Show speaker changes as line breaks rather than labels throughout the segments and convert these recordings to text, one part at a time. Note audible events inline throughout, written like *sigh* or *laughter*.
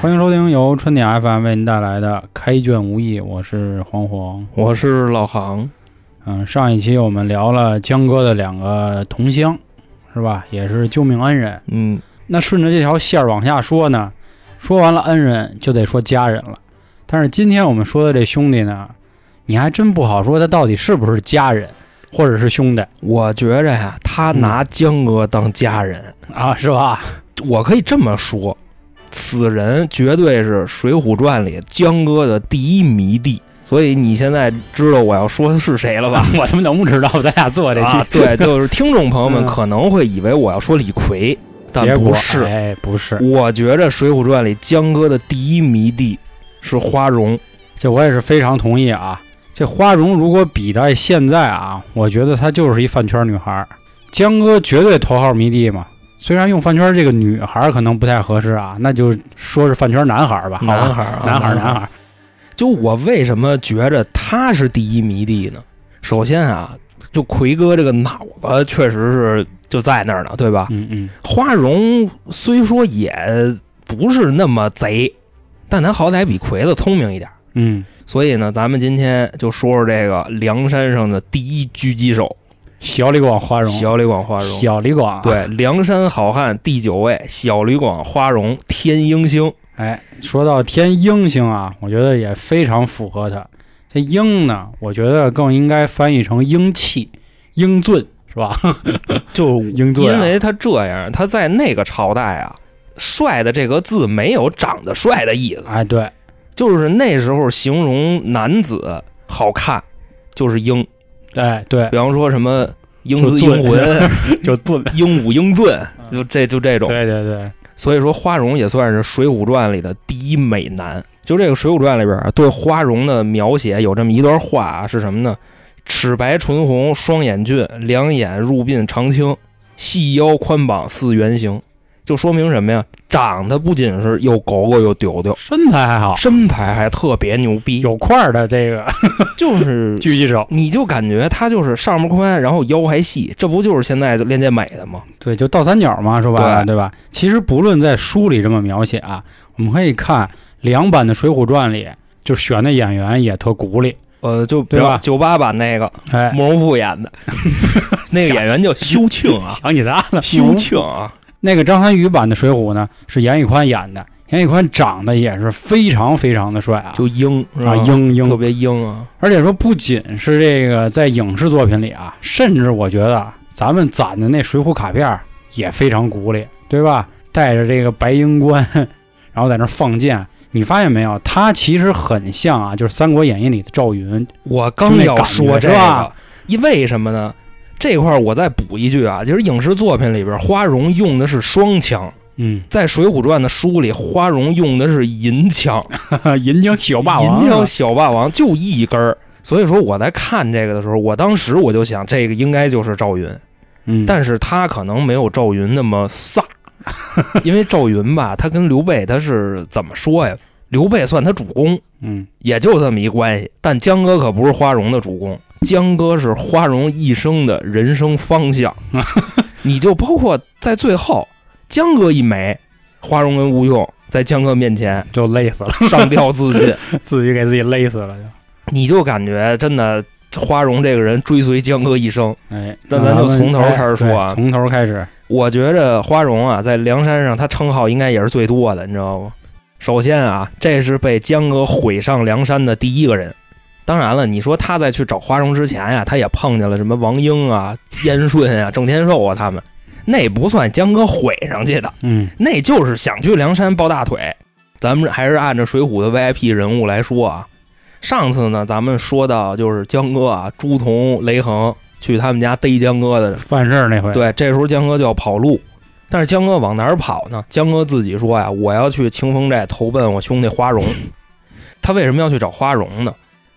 欢迎收听由春点 FM 为您带来的《开卷无益》，我是黄黄。
我是老航，
嗯，上一期我们聊了江哥的两个同乡，是吧？也是救命恩人。
嗯，
那顺着这条线儿往下说呢，说完了恩人，就得说家人了。但是今天我们说的这兄弟呢，你还真不好说他到底是不是家人，或者是兄弟
我觉着呀，他
嗯
拿江哥当家人，
啊，是吧？
我可以这么说，此人绝对是《水浒传》里江哥的第一迷弟。所以你现在知道我要说的是谁了吧？
*laughs* 我他妈能不知道咱俩
*laughs*
做这期？
啊，对，就是听众朋友们
嗯
可能会以为我要说李逵，但
结果
不是。
哎，不是。
我觉着《水浒传》里江哥的第一迷弟是花荣，
这我也是非常同意啊。这花荣如果比到现在啊，我觉得她就是一饭圈女孩儿。江哥绝对头号迷弟嘛。虽然用饭圈这个女孩儿可能不太合适啊，那就说是饭圈男孩儿吧，好吧
男孩儿啊，
男孩儿，嗯男孩儿。
就我为什么觉着他是第一迷弟呢？首先啊，就奎哥这个脑子确实是就在那儿呢，对吧？
嗯嗯，
花荣虽说也不是那么贼，但他好歹比奎子聪明一点儿。
嗯，
所以呢，咱们今天就说说这个梁山上的第一狙击手
小李广花荣，
小李广花荣。
小李广，，
对，梁山好汉第九位小李广花荣天鹰星。
哎，说到天鹰星啊，我觉得也非常符合他。这鹰呢，我觉得更应该翻译成英气、英俊，是吧？
就
英俊、啊，
因为他这样，他在那个朝代啊，帅的这个字没有长得帅的意思，
哎，对，
就是那时候形容男子好看，就是英，
哎对，
比方说什么英姿
就
英
俊
魂、
就炖
英武英俊，就这就这种。
对对对，
所以说，花荣也算是《水浒传》里的第一美男。就这个《水浒传》里边啊对花荣的描写有这么一段话啊，是什么呢？齿白唇红，双眼俊，两眼入鬓长青，细腰宽膀似圆形。就说明什么呀？长得不仅是又狗狗又丢丢，
身材还好，
身材还特别牛逼，
有块儿的这个
就是
*laughs* 狙击手，
你就感觉他就是上面宽，然后腰还细，这不就是现在练健美的吗？
对，就倒三角嘛，说白了，对吧？其实不论在书里这么描写啊，我们可以看两版的《水浒传》里，就选的演员也特鼓励，
呃，就
对吧
九八版那个
哎，
慕容复演
*laughs*
的，那个演员叫修庆啊，
想起他 *laughs* 了，
修庆啊，
那个张涵予版的《水浒》呢，是严以宽演的，严以宽长得也是非常非常的帅啊，
就英是吧
啊？英
特
英，
别英啊，
而且说不仅是这个在影视作品里啊，甚至我觉得啊咱们攒的那《水浒》卡片儿也非常鼓励，对吧？带着这个白银冠，然后在那儿放箭，你发现没有？他其实很像啊，就是《三国演义》里的赵云，
我刚要说
就
这
那感
个，因为什么呢？这块儿我再补一句啊，就是影视作品里边花荣用的是双枪，
嗯， *laughs*
在《水浒传》的书里，花荣用的是银枪，
银江小霸王，啊
银枪小霸王就一根儿。所以说我在看这个的时候，我当时我就想，这个应该就是赵云，
嗯，
但是他可能没有赵云那么飒， *laughs* 因为赵云吧，他跟刘备他是怎么说呀？刘备算他主公，
嗯，
也就这么一关系。但江哥可不是花荣的主公，江哥是花荣一生的人生方向。你就包括在最后，江哥一没，花荣跟吴用在江哥面前
就累死了，
上吊自尽， *laughs*
自己给自己累死了就。
你就感觉真的花荣这个人追随江哥一生。
哎，
那咱就
们
从头
哎
开始说啊
对从头开始，
我觉着花荣啊，在梁山上他称号应该也是最多的，你知道吗？首先啊，这是被江哥毁上梁山的第一个人。当然了，你说他在去找花荣之前呀、他也碰见了什么王英啊、燕顺啊、郑天寿啊他们，那不算江哥毁上去的，
嗯，
那就是想去梁山抱大腿。咱们还是按照《水浒》的 VIP 人物来说啊。上次呢，咱们说到就是江哥啊，朱仝、雷横去他们家逮江哥的
犯事儿那回，
对，这时候江哥就要跑路，但是江哥往哪儿跑呢？江哥自己说呀，我要去清风寨投奔我兄弟花荣。他为什么要去找花荣呢？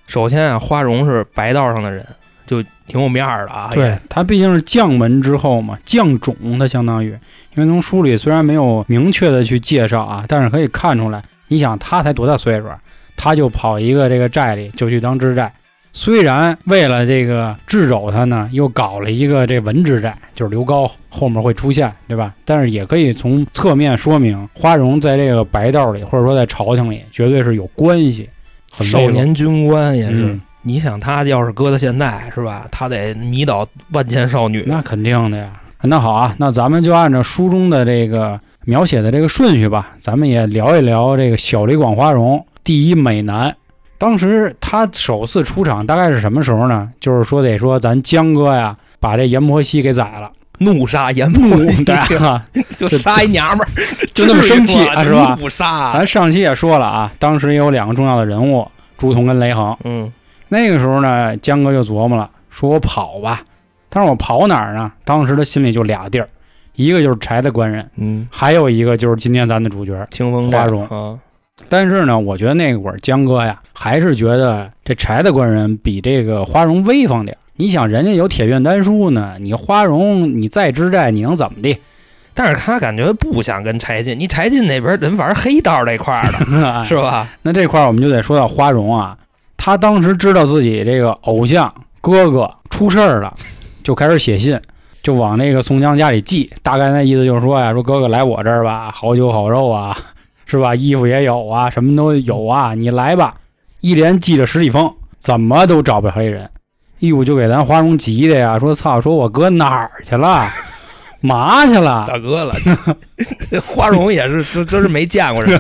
首先啊，花荣是白道上的人，就挺有面儿的啊。
对，他毕竟是将门之后嘛，将种他相当于，因为从书里虽然没有明确的去介绍啊，但是可以看出来，你想他才多大岁数啊，他就跑一个这个寨里就去当知寨，虽然为了这个制肘他呢，又搞了一个这文治寨，就是刘高后面会出现，对吧？但是也可以从侧面说明，花荣在这个白道里，或者说在朝廷里，绝对是有关系，很
少
微弱
年军官也是。
嗯
你想，他要是搁到现在，是吧？他得迷倒万千少女。
那肯定的呀。那好啊，那咱们就按照书中的这个描写的这个顺序吧，咱们也聊一聊这个小李广花荣第一美男。当时他首次出场大概是什么时候呢？就是说得说咱江哥呀，把这阎婆惜给宰了，
怒杀阎
怒
婆
*laughs*
惜，
对啊，
就
这
杀一娘们儿，
就那么生气啊
至
是
于吗
吧哎
怒杀，
咱上期也说了啊，当时也有两个重要的人物，朱仝跟雷横。
嗯，
那个时候呢，江哥就琢磨了，说我跑吧，但是我跑哪儿呢？当时他心里就俩地儿，一个就是柴的官人，
嗯，
还有一个就是今天咱的主角。
清风
花
寨
荣
啊，
但是呢，我觉得那会儿江哥呀，还是觉得这柴的官人比这个花荣威风点儿。你想，人家有铁院丹书呢，你花荣你再支寨，你能怎么地？
但是他感觉不想跟柴进，你柴进那边人玩黑道这块儿的，
*laughs* 啊
是吧？
那这块儿我们就得说到花荣啊，他当时知道自己这个偶像哥哥出事儿了，就开始写信，就往那个宋江家里寄，大概那意思就是说呀，说哥哥来我这儿吧，好酒好肉啊，是吧？衣服也有啊，什么都有啊，你来吧。一连寄了十几封，怎么都找不着黑人，哎呦，就给咱花荣急的呀，说操，说我哥哪儿去了， *laughs* 嘛去了？
大哥了， *laughs* 花荣也是，就就是没见过人，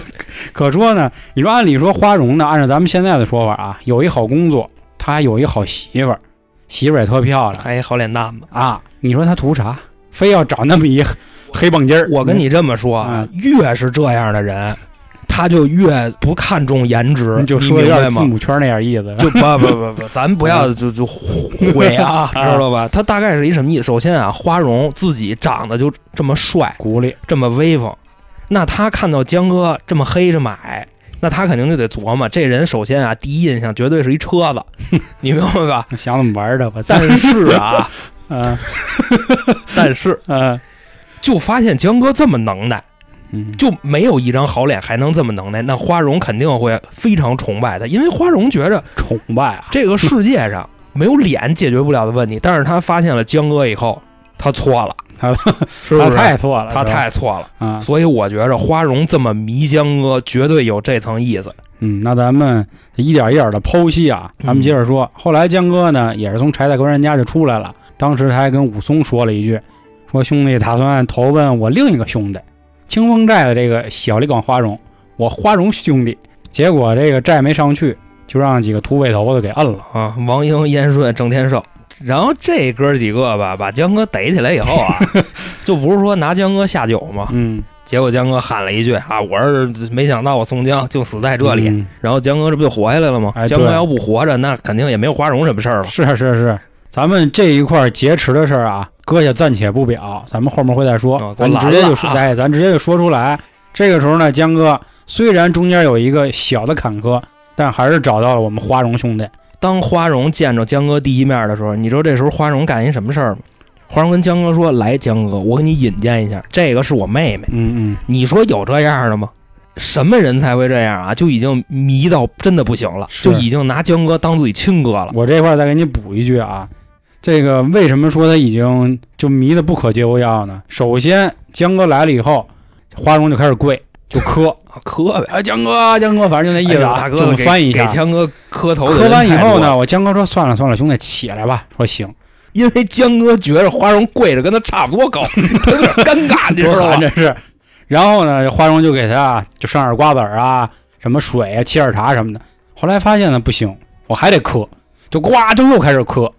可说呢，你说按理说花荣呢，按照咱们现在的说法啊，有一好工作，他还有一好媳妇儿，媳妇儿也特漂亮
还哎好脸蛋子。
啊。你说他图啥？非要找那么一黑棒 *laughs* 筋儿？
我跟你这么说
嗯
啊，越是这样的人，他就越不看重颜值，
你就
你
说有
明白
点
吗
字？母嗯圈那点意思。
就不不不不，咱不要就就毁
*laughs*
啊，知道吧？他大概是一什么意思？首先啊，花荣自己长得就这么帅，
*laughs* 鼓励，
这么威风，那他看到江哥这么黑这么矮，那他肯定就得琢磨，这人首先啊，第一印象绝对是一车子，
*laughs*
你明白吧？
想怎么玩儿的？我操！
但是
*laughs*
啊，
嗯
但是
嗯
就发现江哥这么能耐，
嗯，
就没有一张好脸还能这么能耐，那花荣肯定会非常崇拜他，因为花荣觉着
崇拜啊！
这个世界
*laughs*
上没有脸解决不了的问题，但是他发现了江哥以后，他错了，
*laughs* 他
是
他
不是？
太错了，
他
是吧
太错了，
啊
所以我觉着花荣这么迷江哥，绝对有这层意思。
嗯，那咱们一点一点的剖析啊，咱们接着说。后来江哥呢，也是从柴大官人家就出来了，当时他还跟武松说了一句，说兄弟打算投奔我另一个兄弟，清风寨的这个小李广花荣，我花荣兄弟。结果这个寨没上去，就让几个秃背头子给摁了。
啊，王英、燕顺、郑天寿。然后这哥几个吧，把江哥逮起来以后
*laughs*
啊，就不是说拿江哥下酒嘛。
嗯，
结果江哥喊了一句啊，我是没想到我宋江就死在这里。
嗯
然后江哥这不就活下来了吗？
哎
江哥
对
要不活着，那肯定也没有花荣什么事儿了。
是是是，咱们这一块劫持的事儿啊，搁下暂且不表，咱们后面会再说。
哦
咱
都
直接
懒
就
了
说，
啊
哎，咱直接就说出来。这个时候呢，江哥虽然中间有一个小的坎坷，但还是找到了我们花荣兄弟。
当花荣见着江哥第一面的时候，你知道这时候花荣干一什么事儿吗？花荣跟江哥说：“来，江哥，我给你引荐一下，这个是我妹妹。
嗯
你说有这样的吗？什么人才会这样啊？就已经迷到真的不行了，
是
就已经拿江哥当自己亲哥了
嗯，。我这块儿再给你补一句啊，这个为什么说他已经就迷得不可救药呢？首先，江哥来了以后，花荣就开始跪，就 *laughs* 磕
啊磕呗，
啊，江哥，江哥，反正就那意
哎
思
呀
啊，
大
这
哥
么
给
翻译一下
给。江哥磕头。
磕完以后？呢，我江哥说：“算了算了，兄弟，起来吧。”说行，
因为江哥觉着花荣跪着跟他差不多
*laughs*
高，他有点尴尬，你知
多
道
寒
吧？
这是。然后呢，花荣就给他啊就上点瓜子儿啊，什么水啊、沏点茶什么的。后来发现呢不行，我还得磕，就呱就又开始磕。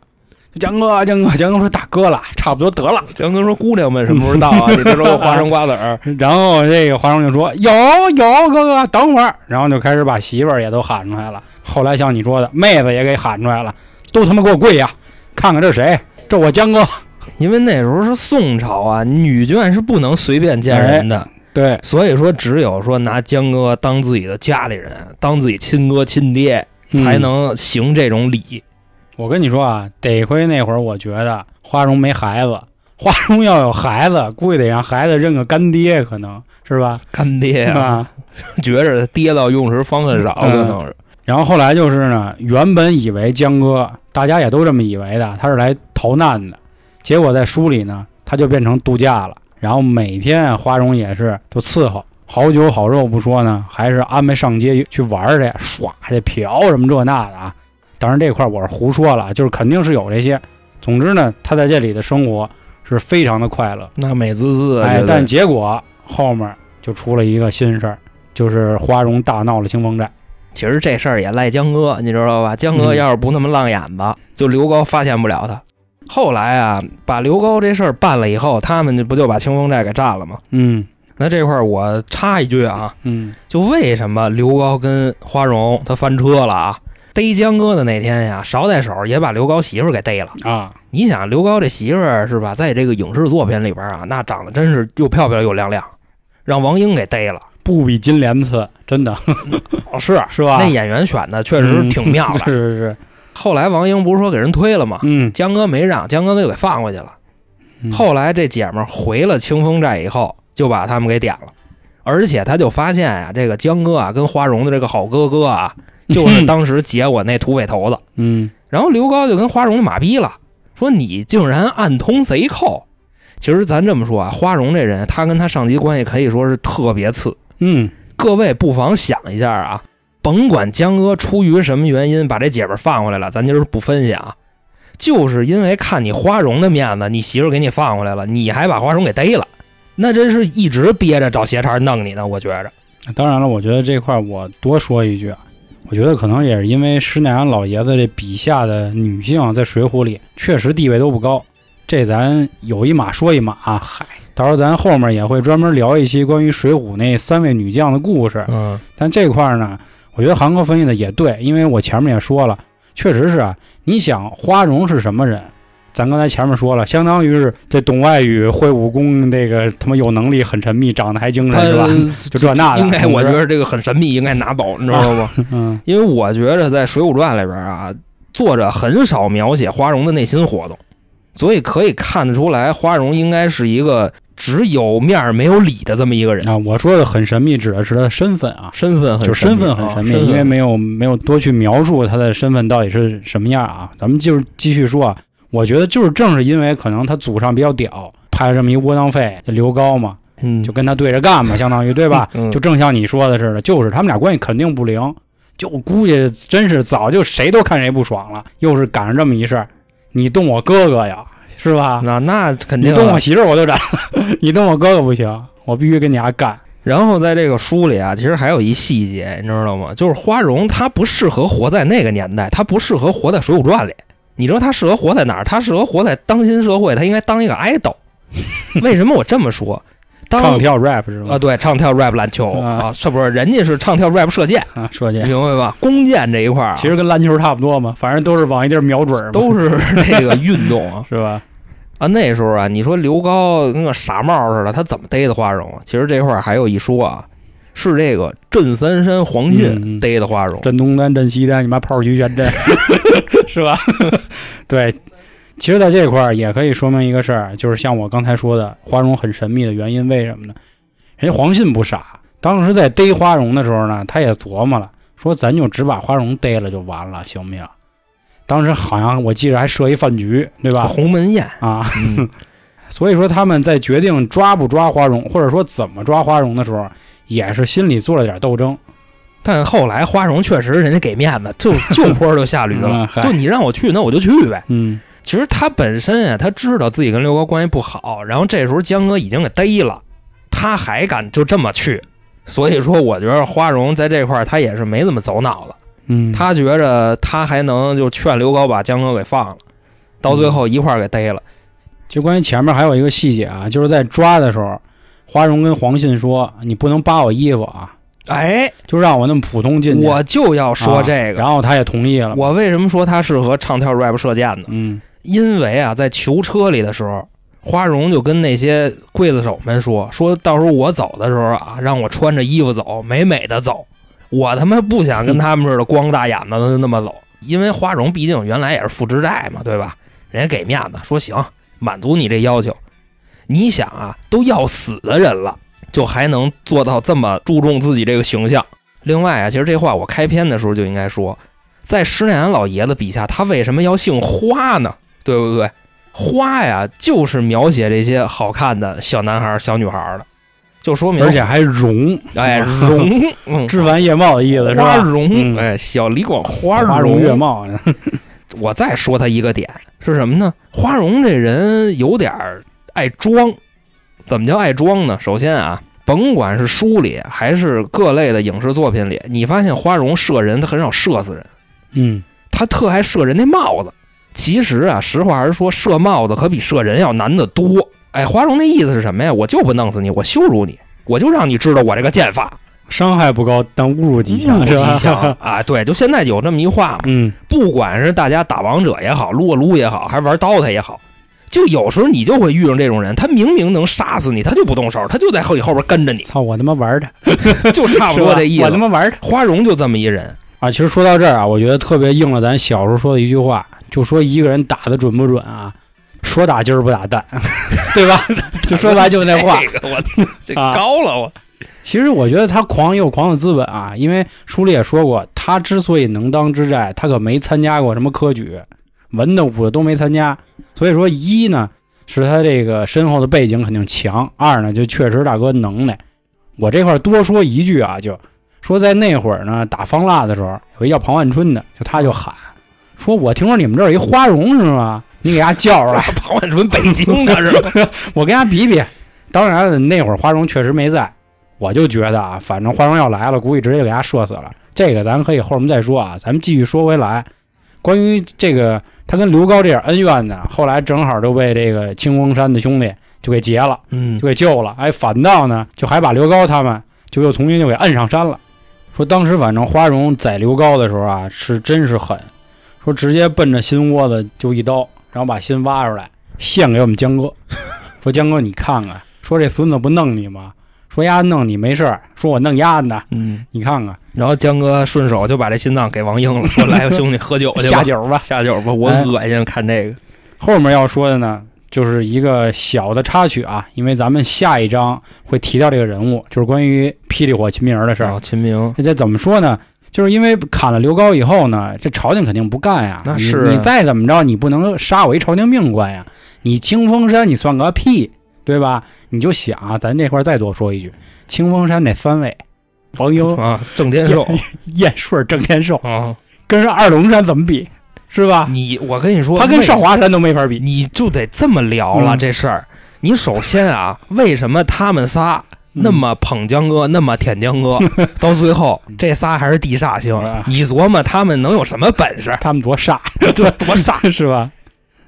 江哥，江哥，江哥说大哥了，差不多得了。
江哥说：“姑娘们什么时候到
*laughs*
啊？你这说花生瓜子儿。”
然后这个花荣就说有有哥哥，等会儿。然后就开始把媳妇儿也都喊出来了。后来像你说的，妹子也给喊出来了，都他妈给我跪呀！看看这谁，这我江哥。
因为那时候是宋朝啊，女眷是不能随便见人
哎
的，
对，
所以说只有说拿江哥当自己的家里人，当自己亲哥亲爹，才
嗯
能行这种礼。
我跟你说啊，得亏那会儿我觉得花荣没孩子，花荣要有孩子，估计得让孩子认个干爹，可能是吧？
干
*laughs*
爹
是
啊，
吧？嗯
觉着爹到用时方恨少，可能是。
然后后来就是呢，原本以为江哥，大家也都这么以为的，他是来逃难的，结果在书里呢，他就变成度假了。然后每天花荣也是都伺候好酒好肉不说呢，还是安排上街去玩儿去、耍去、嫖什么这那的啊。当然这块儿我是胡说了，就是肯定是有这些。总之呢，他在这里的生活是非常的快乐。
那美滋滋啊的。
哎，
对
但结果后面就出了一个新事儿，就是花荣大闹了清风寨。
其实这事儿也赖江哥，你知道吧？江哥
嗯
要是不那么浪眼子，就刘高发现不了他。后来啊，把刘高这事儿办了以后，他们就不就把清风寨给占了吗？
嗯
那这块儿我插一句啊，
嗯
就为什么刘高跟花荣他翻车了啊？逮江哥的那天呀，捎带手也把刘高媳妇儿给逮了。
啊，
你想刘高这媳妇儿是吧，在这个影视作品里边啊，那长得真是又漂漂又亮亮，让王英给逮了。
不比金莲次，真
*laughs*
的
哦，是
是吧？
那演员选的确实
嗯
挺妙的。
*laughs* 是是是，
后来王英不是说给人推了吗？
嗯，
江哥没让，江哥就给放回去了。
嗯
后来这姐们儿回了清风寨以后，就把他们给点了，而且他就发现呀、这个江哥啊跟花荣的这个好哥哥啊，
*laughs*
就是当时劫我那土匪头子。
嗯
然后刘高就跟花荣就马逼了，说你竟然暗通贼寇。其实咱这么说啊，花荣这人，他跟他上级关系可以说是特别次。
嗯
各位不妨想一下啊，甭管江哥出于什么原因把这姐们儿放回来了，咱今儿不分析啊，就是因为看你花荣的面子，你媳妇儿给你放回来了，你还把花荣给逮了，那真是一直憋着找斜茬弄你呢。我觉着，
当然了，我觉得这块儿我多说一句啊，我觉得可能也是因为施耐庵老爷子这笔下的女性在《水浒》里确实地位都不高，这咱有一码说一码啊。
嗨，
到时候咱后面也会专门聊一期关于《水浒》那三位女将的故事。
嗯，
但这块儿呢，我觉得韩哥分析的也对，因为我前面也说了，确实是啊。你想花荣是什么人？咱刚才前面说了，相当于是这懂外语、会武功，那个他妈有能力、很沉迷、长得还精
他
神是吧？就这 *laughs* 那的，
应该
总之
我觉，得这个很神秘，应该拿走，你知道吗？
嗯
因为我觉着在《水浒传》里边啊，作者很少描写花荣的内心活动，所以可以看得出来，花荣应该是一个只有面儿没有里的这么一个人，
啊，我说的很神秘，指的是他的身份啊，
身份很啊
就是身份很神
很
秘，因为没有没有多去描述他的身份到底是什么样啊。咱们就是继续说啊，我觉得就是正是因为可能他祖上比较屌，派了这么一窝囊废刘高嘛，
嗯
就跟他对着干嘛，相当于对吧？
嗯
就正像你说的似的，就是他们俩关系肯定不灵。就我估计真是早就谁都看谁不爽了，又是赶上这么一事儿，你动我哥哥呀，是吧？
那那肯
你
定啊。
动我媳妇儿我就斩， *laughs* 你动我哥哥不行，我必须跟你俩干。
然后在这个书里啊，其实还有一细节，你知道吗？就是花荣他不适合活在那个年代，他不适合活在《水浒传》里。你知道他适合活在哪儿？他适合活在当今社会，他应该当一个 idol。为什么我这么说？
唱
当
跳 rap 是
啊，
吧？
对，唱跳 rap 篮球
啊
啊，是不是？人家是唱跳 rap 射箭，
啊，说去
明，白吧？弓箭这一块儿啊，
其实跟篮球差不多嘛，反正都是往一地儿瞄准儿嘛，
都是
*laughs*
这个运动啊
是吧？
啊。那时候啊，你说刘高跟个傻帽似的，他怎么逮的花荣？啊其实这块儿还有一说啊，是这个镇三山黄
嗯嗯
信逮的花荣。
镇东单、镇西单，你妈炮局全 *laughs* 镇，是 *laughs* 吧？对，其实在这块儿也可以说明一个事儿，就是像我刚才说的，花荣很神秘的原因，为什么呢？人家黄信不傻，当时在逮花荣的时候呢，他也琢磨了，说咱就只把花荣逮了就完了，行不行？当时好像我记着还设一饭局，对 *laughs* 吧？
鸿门宴，
啊，
嗯
所以说他们在决定抓不抓花荣，或者说怎么抓花荣的时候，也是心里做了点斗争。
但后来花荣确实人家给面子，就就坡儿就下驴
嗯
了，
嗨
就你让我去，那我就去呗。
嗯
其实他本身啊，他知道自己跟刘高关系不好，然后这时候江哥已经给逮了，他还敢就这么去，所以说我觉得花荣在这块儿他也是没怎么走脑子，
嗯，
他觉着他还能就劝刘高把江哥给放了，到最后一块儿给逮了。
就关于前面还有一个细节啊，就是在抓的时候，花荣跟黄信说：“你不能扒我衣服啊，
哎，
就让我那么普通进去。啊”啊
我就要说这个，
然后他也同意了。
我为什么说他适合唱跳 rap 射箭呢？
嗯
因为啊，在囚车里的时候，花荣就跟那些刽子手们说，说到时候我走的时候啊，让我穿着衣服走，美美的走。我他妈不想跟他们似的光大眼子的那么走，因为花荣毕竟原来也是负债债嘛，对吧？人家给面子，说行，满足你这要求。你想啊，都要死的人了，就还能做到这么注重自己这个形象，另外啊，其实这话我开篇的时候就应该说，在施耐庵老爷子笔下，他为什么要姓花呢？对不对？花呀，就是描写这些好看的小男孩儿、小女孩儿的，就说明
而且还绒，
哎，
是吧
容，嗯，
枝繁叶茂的意思是
花
吧？
容，
嗯
哎，小李广花
花
容
容月貌，
我再说他一个点是什么呢？花荣这人有点儿爱装，怎么叫爱装呢？首先啊，甭管是书里还是各类的影视作品里，你发现花荣射人，他很少射死人，
*laughs* 嗯，
他特爱射人那帽子。其实啊，实话实说，射帽子可比射人要难得多。哎，花荣那意思是什么呀？我就不弄死你，我羞辱你，我就让你知道我这个剑法
伤害不高，但侮辱极强，是
极
吧？
强啊！对，就现在有这么一话嘛，
*laughs* 嗯，
不管是大家打王者也好，撸啊撸也好，还是玩 DOTA 也好，就有时候你就会遇上这种人，他明明能杀死你，他就不动手，他就在后后边跟
*laughs*
着你，
操，我他妈玩儿的，
就差不
是
多
吧
这意
我他
思。
妈玩儿的
花荣就这么一人，
啊！其实说到这儿啊，我觉得特别应了咱小时候说的一句话，就说一个人打的准不准啊，说打鸡儿不打蛋， *laughs* 对吧？就说白就是那哎话。啊
这个我这高了我，
其实我觉得他狂有狂的资本啊，因为书里也说过，他之所以能当之寨，他可没参加过什么科举，文的武的都没参加。所以说，一呢是他这个身后的背景肯定强，二呢就确实大哥能耐。我这块儿多说一句啊，就说在那会儿呢打方腊的时候，有一叫庞万春的，就他就喊说：“我听说你们这儿有一花荣是吗？你给他叫来，
庞万春北京的
*laughs*
是吧？
我跟他比比。当然了，那会儿花荣确实没在，我就觉得啊，反正花荣要来了，估计直接就给他射死了。这个咱可以后面再说啊，咱们继续说回来，关于这个他跟刘高这点恩怨呢，后来正好就被这个青峰山的兄弟就给劫了，
嗯
就给救了。哎，反倒呢，就还把刘高他们就又重新就给摁上山了。说当时反正花荣宰刘高的时候啊，是真是狠，说直接奔着心窝子就一刀，然后把心挖出来献给我们江哥，说江哥你看看，说这孙子不弄你吗？说丫弄你没事儿，说我弄丫呢，
嗯。
你看看
然后江哥顺手就把这心脏给
*laughs*
王英了，说：“来吧，兄弟，喝酒去吧
下，酒吧。
下酒吧，我
哎
恶心看这个。
后面要说的呢，就是一个小的插曲啊，因为咱们下一章会提到这个人物，就是关于霹雳火秦明儿的”事
然
儿
后。秦明，
这这怎么说呢？就是因为砍了刘高以后呢，这朝廷肯定不干呀。
那是啊
你你再怎么着，你不能杀我一朝廷命官呀。你清风山你算个屁，对吧？你就想啊，咱这块儿再多说一句，清风山那三位，王
*laughs*
英、
啊，郑天寿
燕顺、郑天寿，
啊，
跟人二龙山怎么比，是吧？
你嗯我跟你说，
他跟
为
少华山都没法比。
你就得这么聊了
嗯
这事儿。你首先啊，为什么他们仨
嗯
那么捧江哥，那么舔
*laughs*
江哥，到最后这仨还是地煞星
嗯？
你琢磨他们能有什么
*laughs*
本事？
他们多傻，
这多傻！ *laughs*
是吧？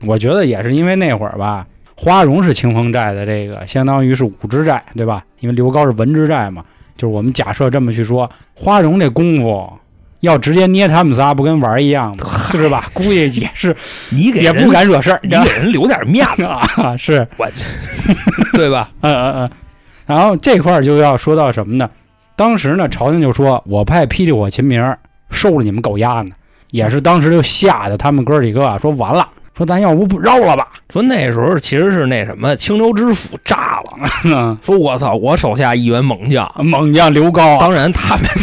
我觉得也是因为那会儿吧，花荣是清风寨的这个，相当于是武之寨，对吧？因为刘高是文之寨嘛，就是我们假设这么去说，花荣这功夫要直接捏他们仨，不跟玩儿一
*laughs*
样吗？是吧？估计也是
你给
也
人
不，敢惹事儿，
你给人留点面
*laughs*
子，
啊，是，
我对吧？
嗯嗯嗯。然后这块儿就要说到什么呢？当时呢，朝廷就说我派霹雳火秦明儿收了你们狗丫呢，也是当时就吓得他们哥几个啊，说完了，说咱要不不饶了吧？
说那时候其实是那什么，青州知府炸了，
嗯，
说我操，我手下一员猛将，
猛将刘高啊，
当然他们。 *laughs*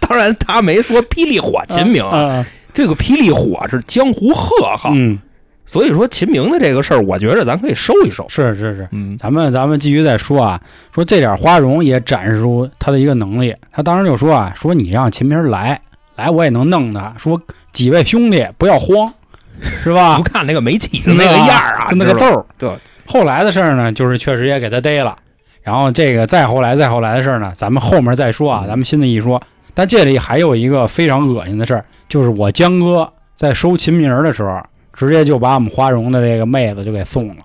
当然，他没说霹雳火秦明，啊
嗯
这个霹雳火是江湖赫号，
嗯，
所以说秦明的这个事儿，我觉着咱可以收一收。
是是是，
嗯
咱们咱们继续再说啊，说这点花荣也展示出他的一个能力，他当时就说啊，说你让秦明来，来我也能弄他，说几位兄弟不要慌，是吧？
不看那个没起的那个样儿啊，
就那个
知
豆
道吧
儿。
对，
后来的事儿呢，就是确实也给他逮了。然后这个再后来再后来的事儿呢，咱们后面再说啊，
嗯
咱们新的一说。但这里还有一个非常恶心的事儿，就是我江哥在收秦明儿的时候，直接就把我们花荣的这个妹子就给送了，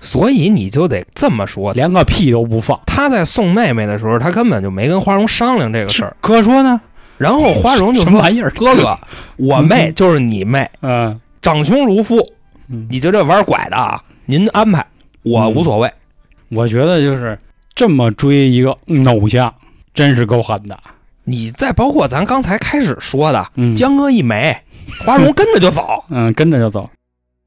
所以你就得这么说，
连个屁都不放。
他在送妹妹的时候，他根本就没跟花荣商量这个事儿。
哥说呢，
然后花荣就
什么
说
玩意儿：“？
哥哥， *laughs* 我妹就是你妹，
*laughs* 嗯
长兄如父，
嗯，
你就这玩拐的啊，您安排，我
嗯
无所谓。
我觉得就是这么追一个偶像，真是够狠的。
你再包括咱刚才开始说的，
嗯，。
江哥一没，花荣跟着就走 *laughs*
嗯，跟着就走。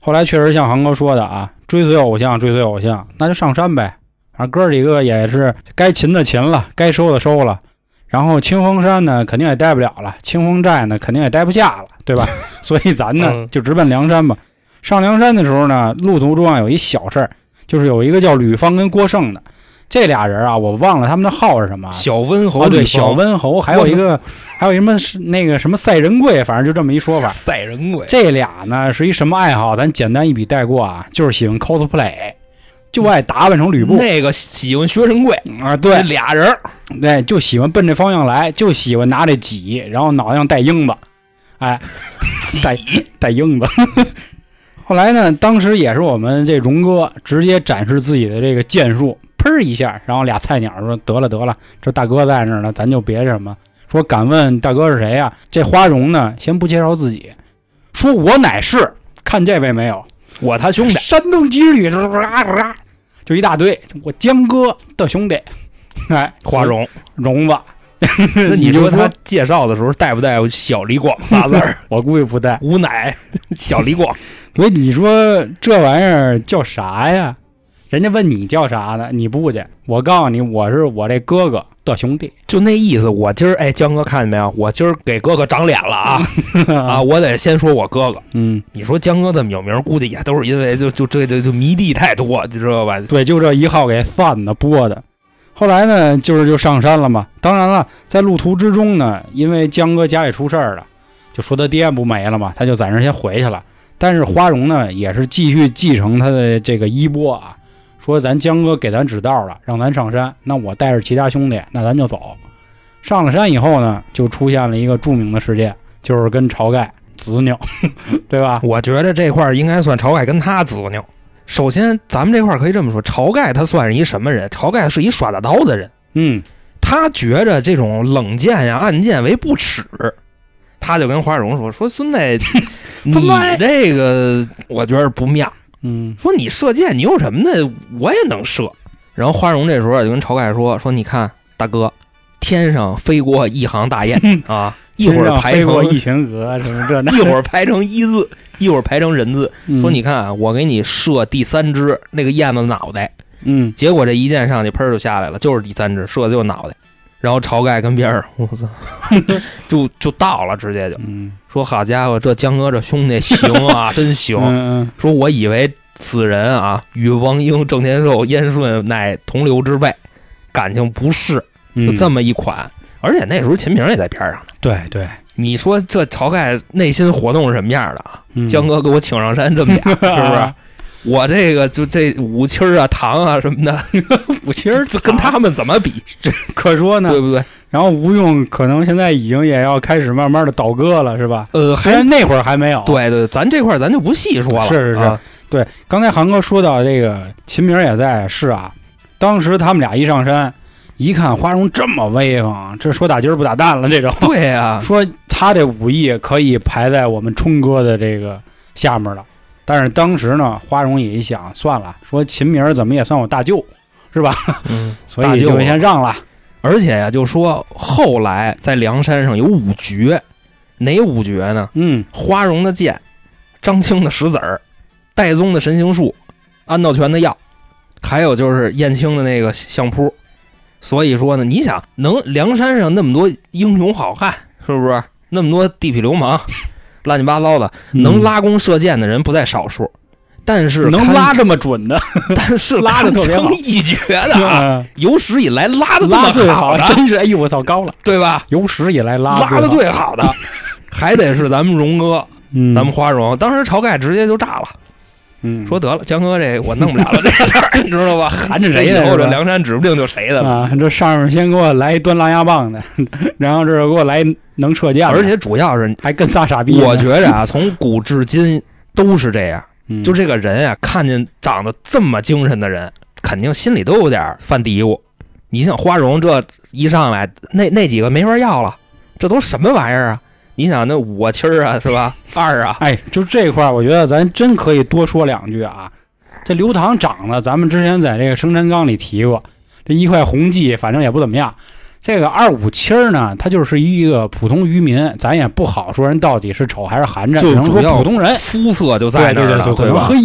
后来确实像航哥说的啊，追随偶像，追随偶像，那就上山呗。啊，哥儿几个也是该擒的擒了，该收的收了，然后清风山呢，肯定也待不了了；清风寨呢，肯定也待不下了，对
*laughs*
吧？所以咱呢
嗯
就直奔梁山吧。上梁山的时候呢，路途中啊有一小事儿，就是有一个叫吕方跟郭盛的这俩人啊，我忘了他们的号是什么啊。
小温
哦，
侯
对，
吕
小
方
温侯，还有一个，还有一什么是那个什么赛仁贵，反正就这么一说法。
赛人鬼，
这俩呢是一什么爱好？咱简单一笔带过啊，就是喜欢 cosplay，就爱打扮成吕布
那个喜欢薛仁贵，
啊，
这
对
俩人儿
对，哎就喜欢奔这方向来，就喜欢拿这戟，然后脑袋上带缨子，哎，带带缨子。 *laughs* 后来呢，当时也是我们这荣哥直接展示自己的这个剑术，砰一下，然后俩菜鸟说得了得了，这大哥在那儿呢，咱就别什么。说敢问大哥是谁呀、这花荣呢，先不介绍自己，说我乃是，看这位没有，
我他 *laughs* 兄弟，
山东几旅是哇哇，就一大堆。我江哥的兄弟，哎，
花荣。
荣子。*laughs*
那你
就
说他介绍的时候带不带小李广仨字儿？ *laughs*
我估计不带。
吾乃 *laughs* 小李广，
所以你说这玩意儿叫啥呀？人家问你叫啥呢？你不去。我告诉你，我是我这哥哥的兄弟
就那意思。我今儿哎，江哥看见没有？我今儿给哥哥长脸了 *laughs* 啊啊！！我得先说我哥哥。
嗯，
你说江哥这么有名，估计也都是因为就就这就就迷弟太多，你知道吧？
对，就这一号给散的播的。后来呢，就是就上山了嘛。当然了，在路途之中呢，因为江哥家里出事儿了，就说他爹不没了嘛，他就暂时先回去了。但是花荣呢，也是继续继承他的这个衣钵啊，说咱江哥给咱指道了，让咱上山，那我带着其他兄弟，那咱就走。上了山以后呢，就出现了一个著名的事件，就是跟晁盖子拗， *laughs* 对吧？
我觉得这块儿应该算晁盖跟他子拗。首先，咱们这块儿可以这么说，晁盖他算是一什么人？晁盖是一耍大刀的人，
嗯，
他觉着这种冷箭呀、暗箭为不耻，他就跟花荣说：“说 *laughs* 孙子，你
孙子
这个我觉得不妙。
嗯，
说你射箭，你有什么的？我也能射。”然后花荣这时候就跟晁盖说：“说你看，大哥，天上飞过一行大 *laughs* 雁啊，一会
天
儿
上
排
飞过
成
一群鹅什么这
*laughs*
那，
一会儿排成一字，一会儿排成人字。说
嗯
你看啊，我给你射第三只那个燕子脑袋。”
嗯。
结果这一箭上去，砰儿就下来了，就是第三只，射的就是脑袋。然后晁盖跟边上， *laughs* 我操，就就到了，直接就
嗯，
说：“好家伙，这江哥这兄弟行啊，真行！
嗯
说我以为此人啊，与王英、郑天寿、燕顺乃同流之辈，感情不是，
嗯，
就
嗯
这么一款。而且那时候秦明也在边上呢。
对对，
你说这晁盖内心活动是什么样的啊？
嗯
江哥给我请上山这么俩，
*laughs*
是不是？我这个就这五七儿啊、糖啊什么
*laughs*
的，
武其实
这跟他们怎么比，
可说呢
对。不对？
然后吴用可能现在已经也要开始慢慢的倒戈了，是吧？
呃，
虽
还
然那会儿还没有。，
对对，咱这块儿咱就不细说了。
是是是
啊
对，刚才韩哥说到这个秦明也在，是啊，当时他们俩一上山，一看花荣这么威风，这说打鸡儿不打蛋了这
*laughs*
种，
对啊
*laughs*
呀，
说他这武艺可以排在我们冲哥的这个下面了。但是当时呢，花荣也一想，算了，说秦明儿怎么也算我大舅，是吧？
嗯，
所
大
以
舅
就先让了。
而且呀，就说后来在梁山上有五绝，哪五绝呢？
嗯
花荣的剑，张青的石子儿，戴宗的神行术，安道全的药，还有就是燕青的那个相扑。所以说呢，你想能梁山上那么多英雄好汉，是不是？那么多地痞流氓，乱七八糟的，能拉弓射箭的人不在少数。但是
嗯能
堪
拉这么准
*laughs*
的，
但是
拉得
堪
特别
称
好
一绝的
*laughs*
啊，有史以来拉的这
拉
么
最
好
好，
的，
真是哎呦我操，高了，
对吧？
有史以来拉
拉
的
的，最好
*laughs*
的，还得是咱们荣哥，
嗯，
咱们花荣。当时晁盖直接就炸了，
嗯
说得了，江哥这我弄不了了这事儿，你知道吧？
含着
这
*laughs*
以
谁呢？
后
是
这
吧
梁山指不定就谁的了。
啊，这上面先给我来一端狼牙棒的， *laughs* 然后这儿给我来一能射箭的，
而且主要是，
还跟仨傻逼呢，
我觉着啊，从古至今都是这样，
嗯
就这个人啊，看见长得这么精神的人，肯定心里都有点犯嘀咕。你想花荣这一上来，那那几个没法要了，这都什么玩意儿啊？你想那五啊七儿啊，是吧？ *laughs* 二啊，
哎，就这块儿，我觉得咱真可以多说两句啊。这刘唐长得，咱们之前在这个《生辰纲》里提过，这一块红骥，反正也不怎么样。这个二五七儿呢，他就是一个普通渔民，咱也不好说人到底是丑还是寒碜，
就
只能
主
说
要
普通人。
肤色就在
对对
那儿
对，
了，
就可
对
能
吧？
黑。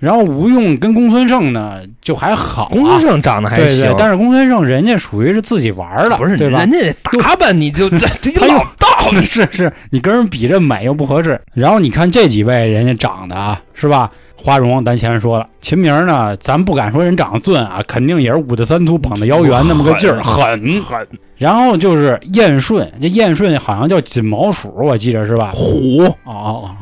然后吴用跟公孙胜呢，就还好、啊，
公孙胜长得还
对
行
对，，但是公孙胜人家属于是自己玩儿的，
不是
对吧
人？家打扮你就 *laughs* 这这一
哎呦
老道你
*laughs* 是是，你跟人比这美又不合适。然后你看这几位人家长得啊，是吧？花荣咱前面说了，秦明呢，咱不敢说人长得俊啊，肯定也是五大三粗、膀子腰圆那么个劲儿，狠。
狠
然后就是燕顺，这燕顺好像叫锦毛鼠，我记着是吧？
虎，
哦哦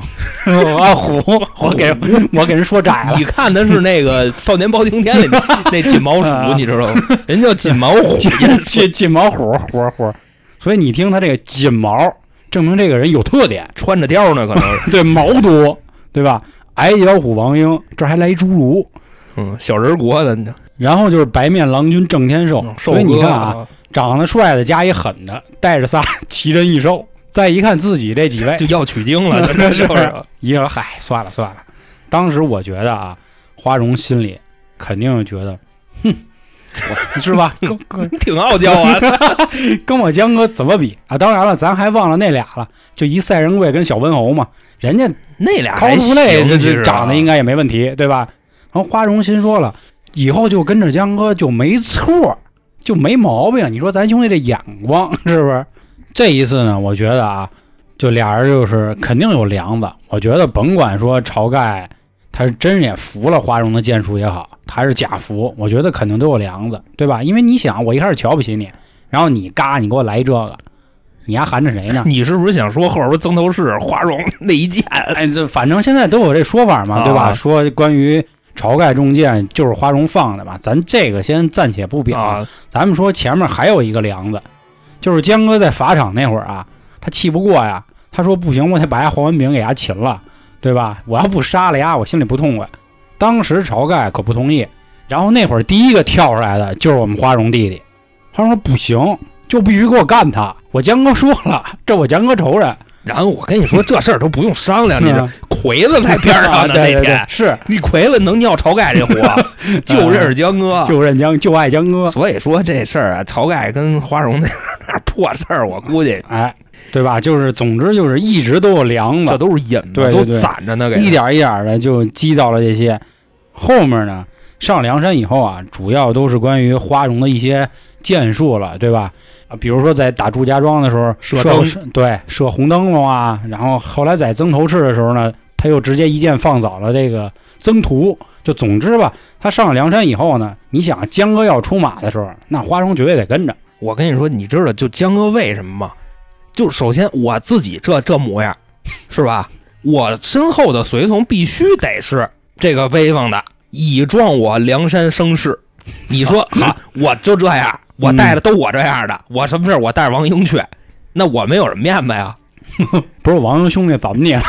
哦，啊虎，我给我给人说窄了
你，看的是那个《少年包青
*laughs*
天》里的那锦毛鼠，
啊
你知道吗？人叫锦毛
*laughs*
虎，
锦锦锦毛虎虎虎。所以你听他这个锦毛，证明这个人有特点。
穿着貂呢，可能
*laughs*
是
对，毛多，对吧？矮脚虎王英，这还来一侏儒，
嗯，小人国的，
然后就是白面郎君郑天寿
嗯，
所以
哥
你看啊，，长得帅的加一狠的，带着仨 *laughs* 奇人异兽，再一看自己这几位
哎就，要取经
*laughs*
了，真的
是
就是啊
一个嗨，算了算了。当时我觉得啊，花荣心里肯定觉得，哼，我是吧？跟跟
挺傲
*laughs*
娇啊。
跟我江哥怎么比啊？当然了，咱还忘了那俩了，就一赛仁贵跟小温侯嘛，人家
那俩
掏
还
出
行
来，这
其
这
实啊？
长得应该也没问题，对吧？然后花荣心说了，以后就跟着江哥就没错，就没毛病。你说咱兄弟这眼光是不是？这一次呢，我觉得啊，就俩人就是肯定有梁子。我觉得甭管说晁盖他是真也服了花荣的剑术也好，他是假服，我觉得肯定都有梁子，对吧？因为你想，我一开始瞧不起你，然后你嘎，你给我来一这个，你还含着谁呢
你是不是想说后边不是曾头市、花荣那一剑？
*laughs* 哎，这反正现在都有这说法嘛，
啊
对吧？说关于晁盖中箭就是花荣放的嘛，咱这个先暂且不表。
啊，
咱们说前面还有一个梁子，就是江哥在法场那会儿啊，他气不过呀，他说不行，我得把人黄文炳给他擒了，对吧？我要不杀了呀，我心里不痛快。当时晁盖可不同意，然后那会儿第一个跳出来的就是我们花荣弟弟，花荣说不行，就必须给我干他。我江哥说了，这我江哥仇人，
然后我跟你说这事儿都不用商量，你
嗯
这魁子在边上
*laughs*
呢
对
那
对对
天，，
是。
你魁子能尿晁盖
*laughs*
这火，就认识江哥。
哎就认江，就爱江哥，
所以说这事儿啊，晁盖跟花荣那 *laughs* 那破事儿，我估计
哎，对吧？就是，总之就是一直都有梁
这
子，
都是引的，
对对对
都攒着呢，给
一点一点的就积到了这些。后面呢，上梁山以后啊，主要都是关于花荣的一些剑术了，对吧？啊，比如说在打祝家庄的时候
射
射
灯
射对，射红灯笼啊。然后后来在曾头市的时候呢，他又直接一剑放倒了这个曾屠。就总之吧，他上梁山以后呢，你想江哥要出马的时候，那花荣绝对得跟着。
我跟你说，你知道就江哥为什么吗？就首先我自己这这模样，是吧？我身后的随从必须得是这个威风的，以壮我梁山声势。你
*laughs*
说好，我就这样，我带的
嗯
都我这样的，我什么事儿我带着王英去，那我没有什么面子呀？
不是王英兄弟怎么
*laughs*
你了？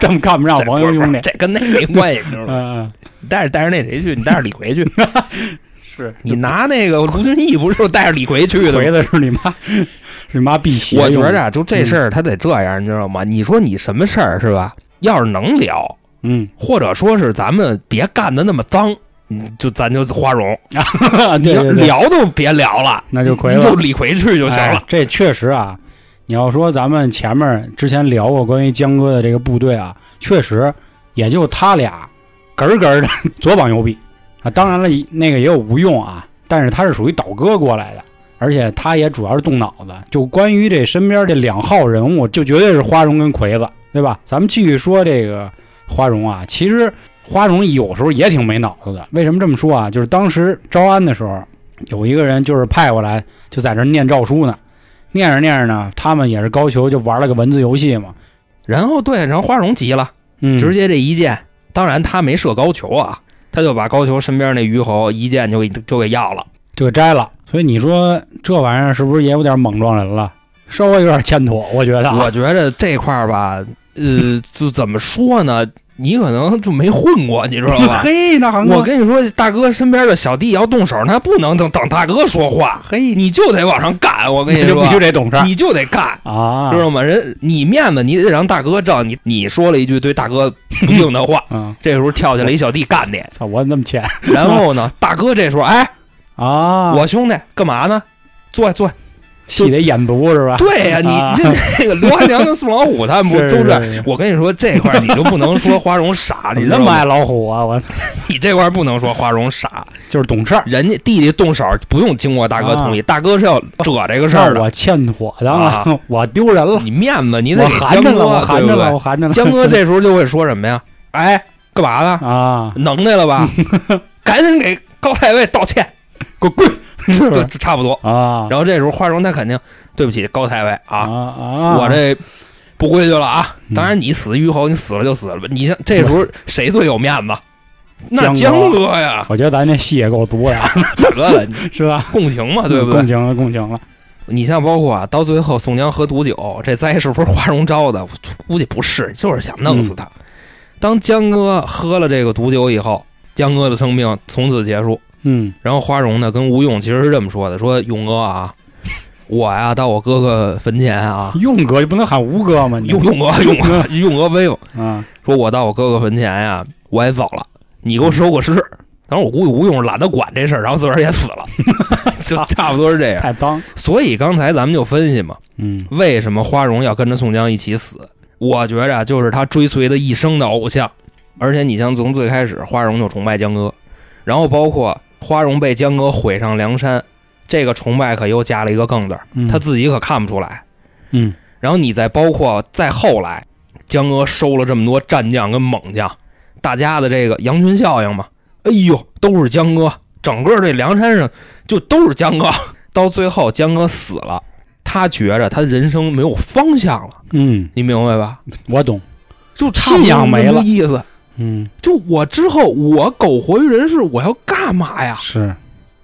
这么看不上
这
啊王英兄弟？
这跟那没关系，你
*laughs*
知道吗？
嗯，嗯
你带着带着那谁去？你带着李逵去，
是
你拿那个卢俊义不是就带着李逵去的吗？
回的是你妈，是你妈辟邪。
我觉着，啊，就
嗯
这事儿他得这样，你知道吗？你说你什么事儿是吧？要是能聊，
嗯， *laughs*
或者说是咱们别干的那么脏，嗯，就咱就花荣，你
对
要
对对，
聊都别聊了，
那就亏
你
了
就李逵去就行了
哎。这确实啊，你要说咱们前面之前聊过关于江哥的这个部队啊，确实也就他俩根儿根儿的 *laughs* 左膀右臂啊。当然了，那个也有吴用啊，但是他是属于倒戈过来的。而且他也主要是动脑子，就关于这身边这两号人物，就绝对是花荣跟魁子，对吧？咱们继续说这个花荣啊，其实花荣有时候也挺没脑子的。为什么这么说啊？就是当时招安的时候，有一个人就是派过来，就在这儿念诏书呢。念着念着呢，他们也是高俅就玩了个文字游戏嘛，
然后对，然后花荣急了，
嗯，
直接这一箭，当然他没射高俅啊，他就把高俅身边那虞侯一箭就给就给要了。
就给摘了。所以你说这玩意儿是不是也有点莽撞人了？稍微有点欠妥，我觉得啊。
我觉着这块儿吧，呃，就怎么说呢？你可能就没混过，你知道
*laughs*
吧？
嘿，那韩
我
国，
跟你说，大哥身边的小弟要动手，他不能等等大哥说话，
嘿，
你就得往上干。我跟你
你就
说
必，须得懂事儿
你就得干，
啊，
知，道吗？人你面子你得让大哥照你，你说了一句对大哥不敬的话
*laughs* 嗯，
这时候跳下来一小弟干
*laughs*
你，
操，我那么欠
然后呢，大哥这时候哎，
啊，
我兄弟干嘛呢？坐下坐下，
戏得演足是 *laughs* 吧？
对呀、
啊
你这那个刘华强跟宋老虎
*laughs*
他们不
是
都这样？
是是
我跟你说这块儿你就不能说花
*laughs*
荣傻，你
你
知
那
道
么
吗？
爱老虎啊？我
你这块儿不能说花荣傻，
*laughs* 就是懂事儿，
人家弟弟动手不用经过大哥同意，大哥是要扯这个事儿
啊那
的。
我欠妥当了
啊，
我丢人了，
你面子你得
哦我
给
含着
江
了，我
哥，
含着
对不
了，
对
我？含着了。
*laughs* 江哥这时候就会说什
*laughs*
么呀？哎，干嘛呢？
啊，
能耐了吧？赶紧给高太尉道歉，
给我滚， *laughs* 是不？
就是就差不多。
啊，
然后这时候花荣他肯定对不起高太尉
啊
啊，
啊，
我这不规矩了啊
嗯。
当然你死于侯，你死了就死了吧。你像这时候谁最有面子？那
江
江
哥
哥
*laughs*
呀，
我觉得咱这戏也够足的，
*laughs* 大哥了，你
是吧？
共情嘛，啊对不对
共？情了，共情了。
你像包括啊，到最后宋江喝毒酒，这灾是不是花荣招的？我估计不是，就是想弄死他。当江哥喝了这个毒酒以后，江哥的生命从此结束。
嗯
然后花荣呢，跟吴用其实是这么说的：说勇哥啊，我呀到我哥哥坟前啊，
用哥就不能喊吴哥吗？你
用用哥用哥用哥威风，
啊，
说我到我哥哥坟前呀、我也走了，你给我收个尸。当时我估计吴用懒得管这事儿，然后自个儿也死了， *laughs* 就差不多是这样。
太脏。
所以刚才咱们就分析嘛，
嗯
为什么花荣要跟着宋江一起死？我觉着啊，就是他追随的一生的偶像。而且你像从最开始，花荣就崇拜江哥，然后包括花荣被江哥毁上梁山，这个崇拜可又加了一个更字儿，
嗯，
他自己可看不出来。
嗯
然后你再包括再后来，江哥收了这么多战将跟猛将，大家的这个羊群效应嘛，哎呦，都是江哥，整个这梁山上就都是江哥。到最后，江哥死了，他觉着他人生没有方向了，
嗯，
你明白吧？
我懂。
就差不多
信仰没了
这么个意思。
嗯，
就我之后，我苟活于人世，我要干嘛呀？
是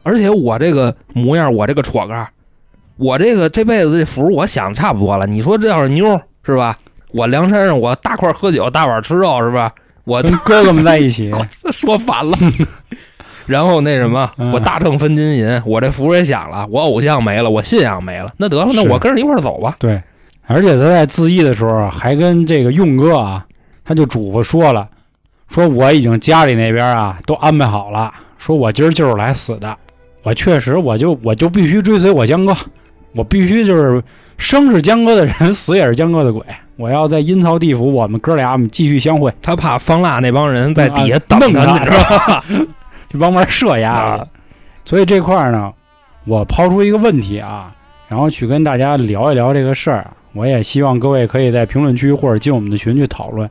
而且我这个模样，我这个戳个儿，我这个这辈子这福，我想差不多了。你说这要是妞儿是吧？我梁山上我大块喝酒，大碗吃肉是吧？我 *laughs*
跟哥哥们在一起
说反了。 *laughs* 然后那什么
嗯，
我大秤分金银，我这福也享了，我偶像没了，我信仰没了，那得了，那
是
我跟着一块儿走吧。
对，而且他在自缢的时候啊，还跟这个用哥啊，他就嘱咐说了，说我已经家里那边啊都安排好了，说我今儿就是来死的，我确实我就我就必须追随我江哥，我必须就是生是江哥的人，死也是江哥的鬼，我要在阴曹地府，我们哥俩我们继续相会，
他怕方腊那帮人在底下等
弄
他，你知道吧？
吧？这帮玩射呀
啊，
所以这块儿呢，我抛出一个问题啊，然后去跟大家聊一聊这个事儿啊。我也希望各位可以在评论区或者进我们的群去讨论，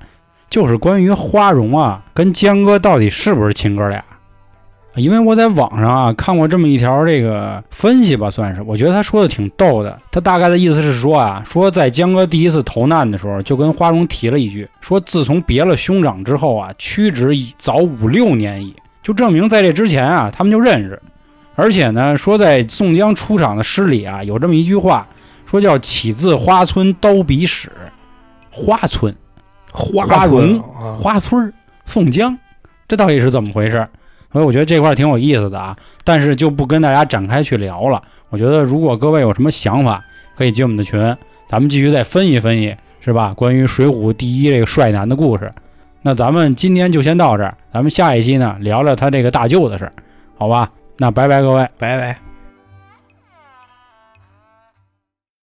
就是关于花荣啊跟江哥到底是不是亲哥俩。啊因为我在网上啊看过这么一条这个分析吧，算是我觉得他说的挺逗的。他大概的意思是说啊，说在江哥第一次逃难的时候，就跟花荣提了一句，说自从别了兄长之后啊，屈指已早五六年矣，就证明在这之前啊，他们就认识。而且呢，说在宋江出场的诗里啊，有这么一句话，说叫“起自花村刀笔使”，花村花荣
啊
花村儿宋江，这到底是怎么回事？所以我觉得这块儿挺有意思的啊，但是就不跟大家展开去聊了。我觉得如果各位有什么想法，可以进我们的群，咱们继续再分析分析，是吧？关于《水浒》第一这个帅男的故事，那咱们今天就先到这儿，咱们下一期呢聊聊他这个大舅的事儿，好吧？那拜拜各位。
拜拜。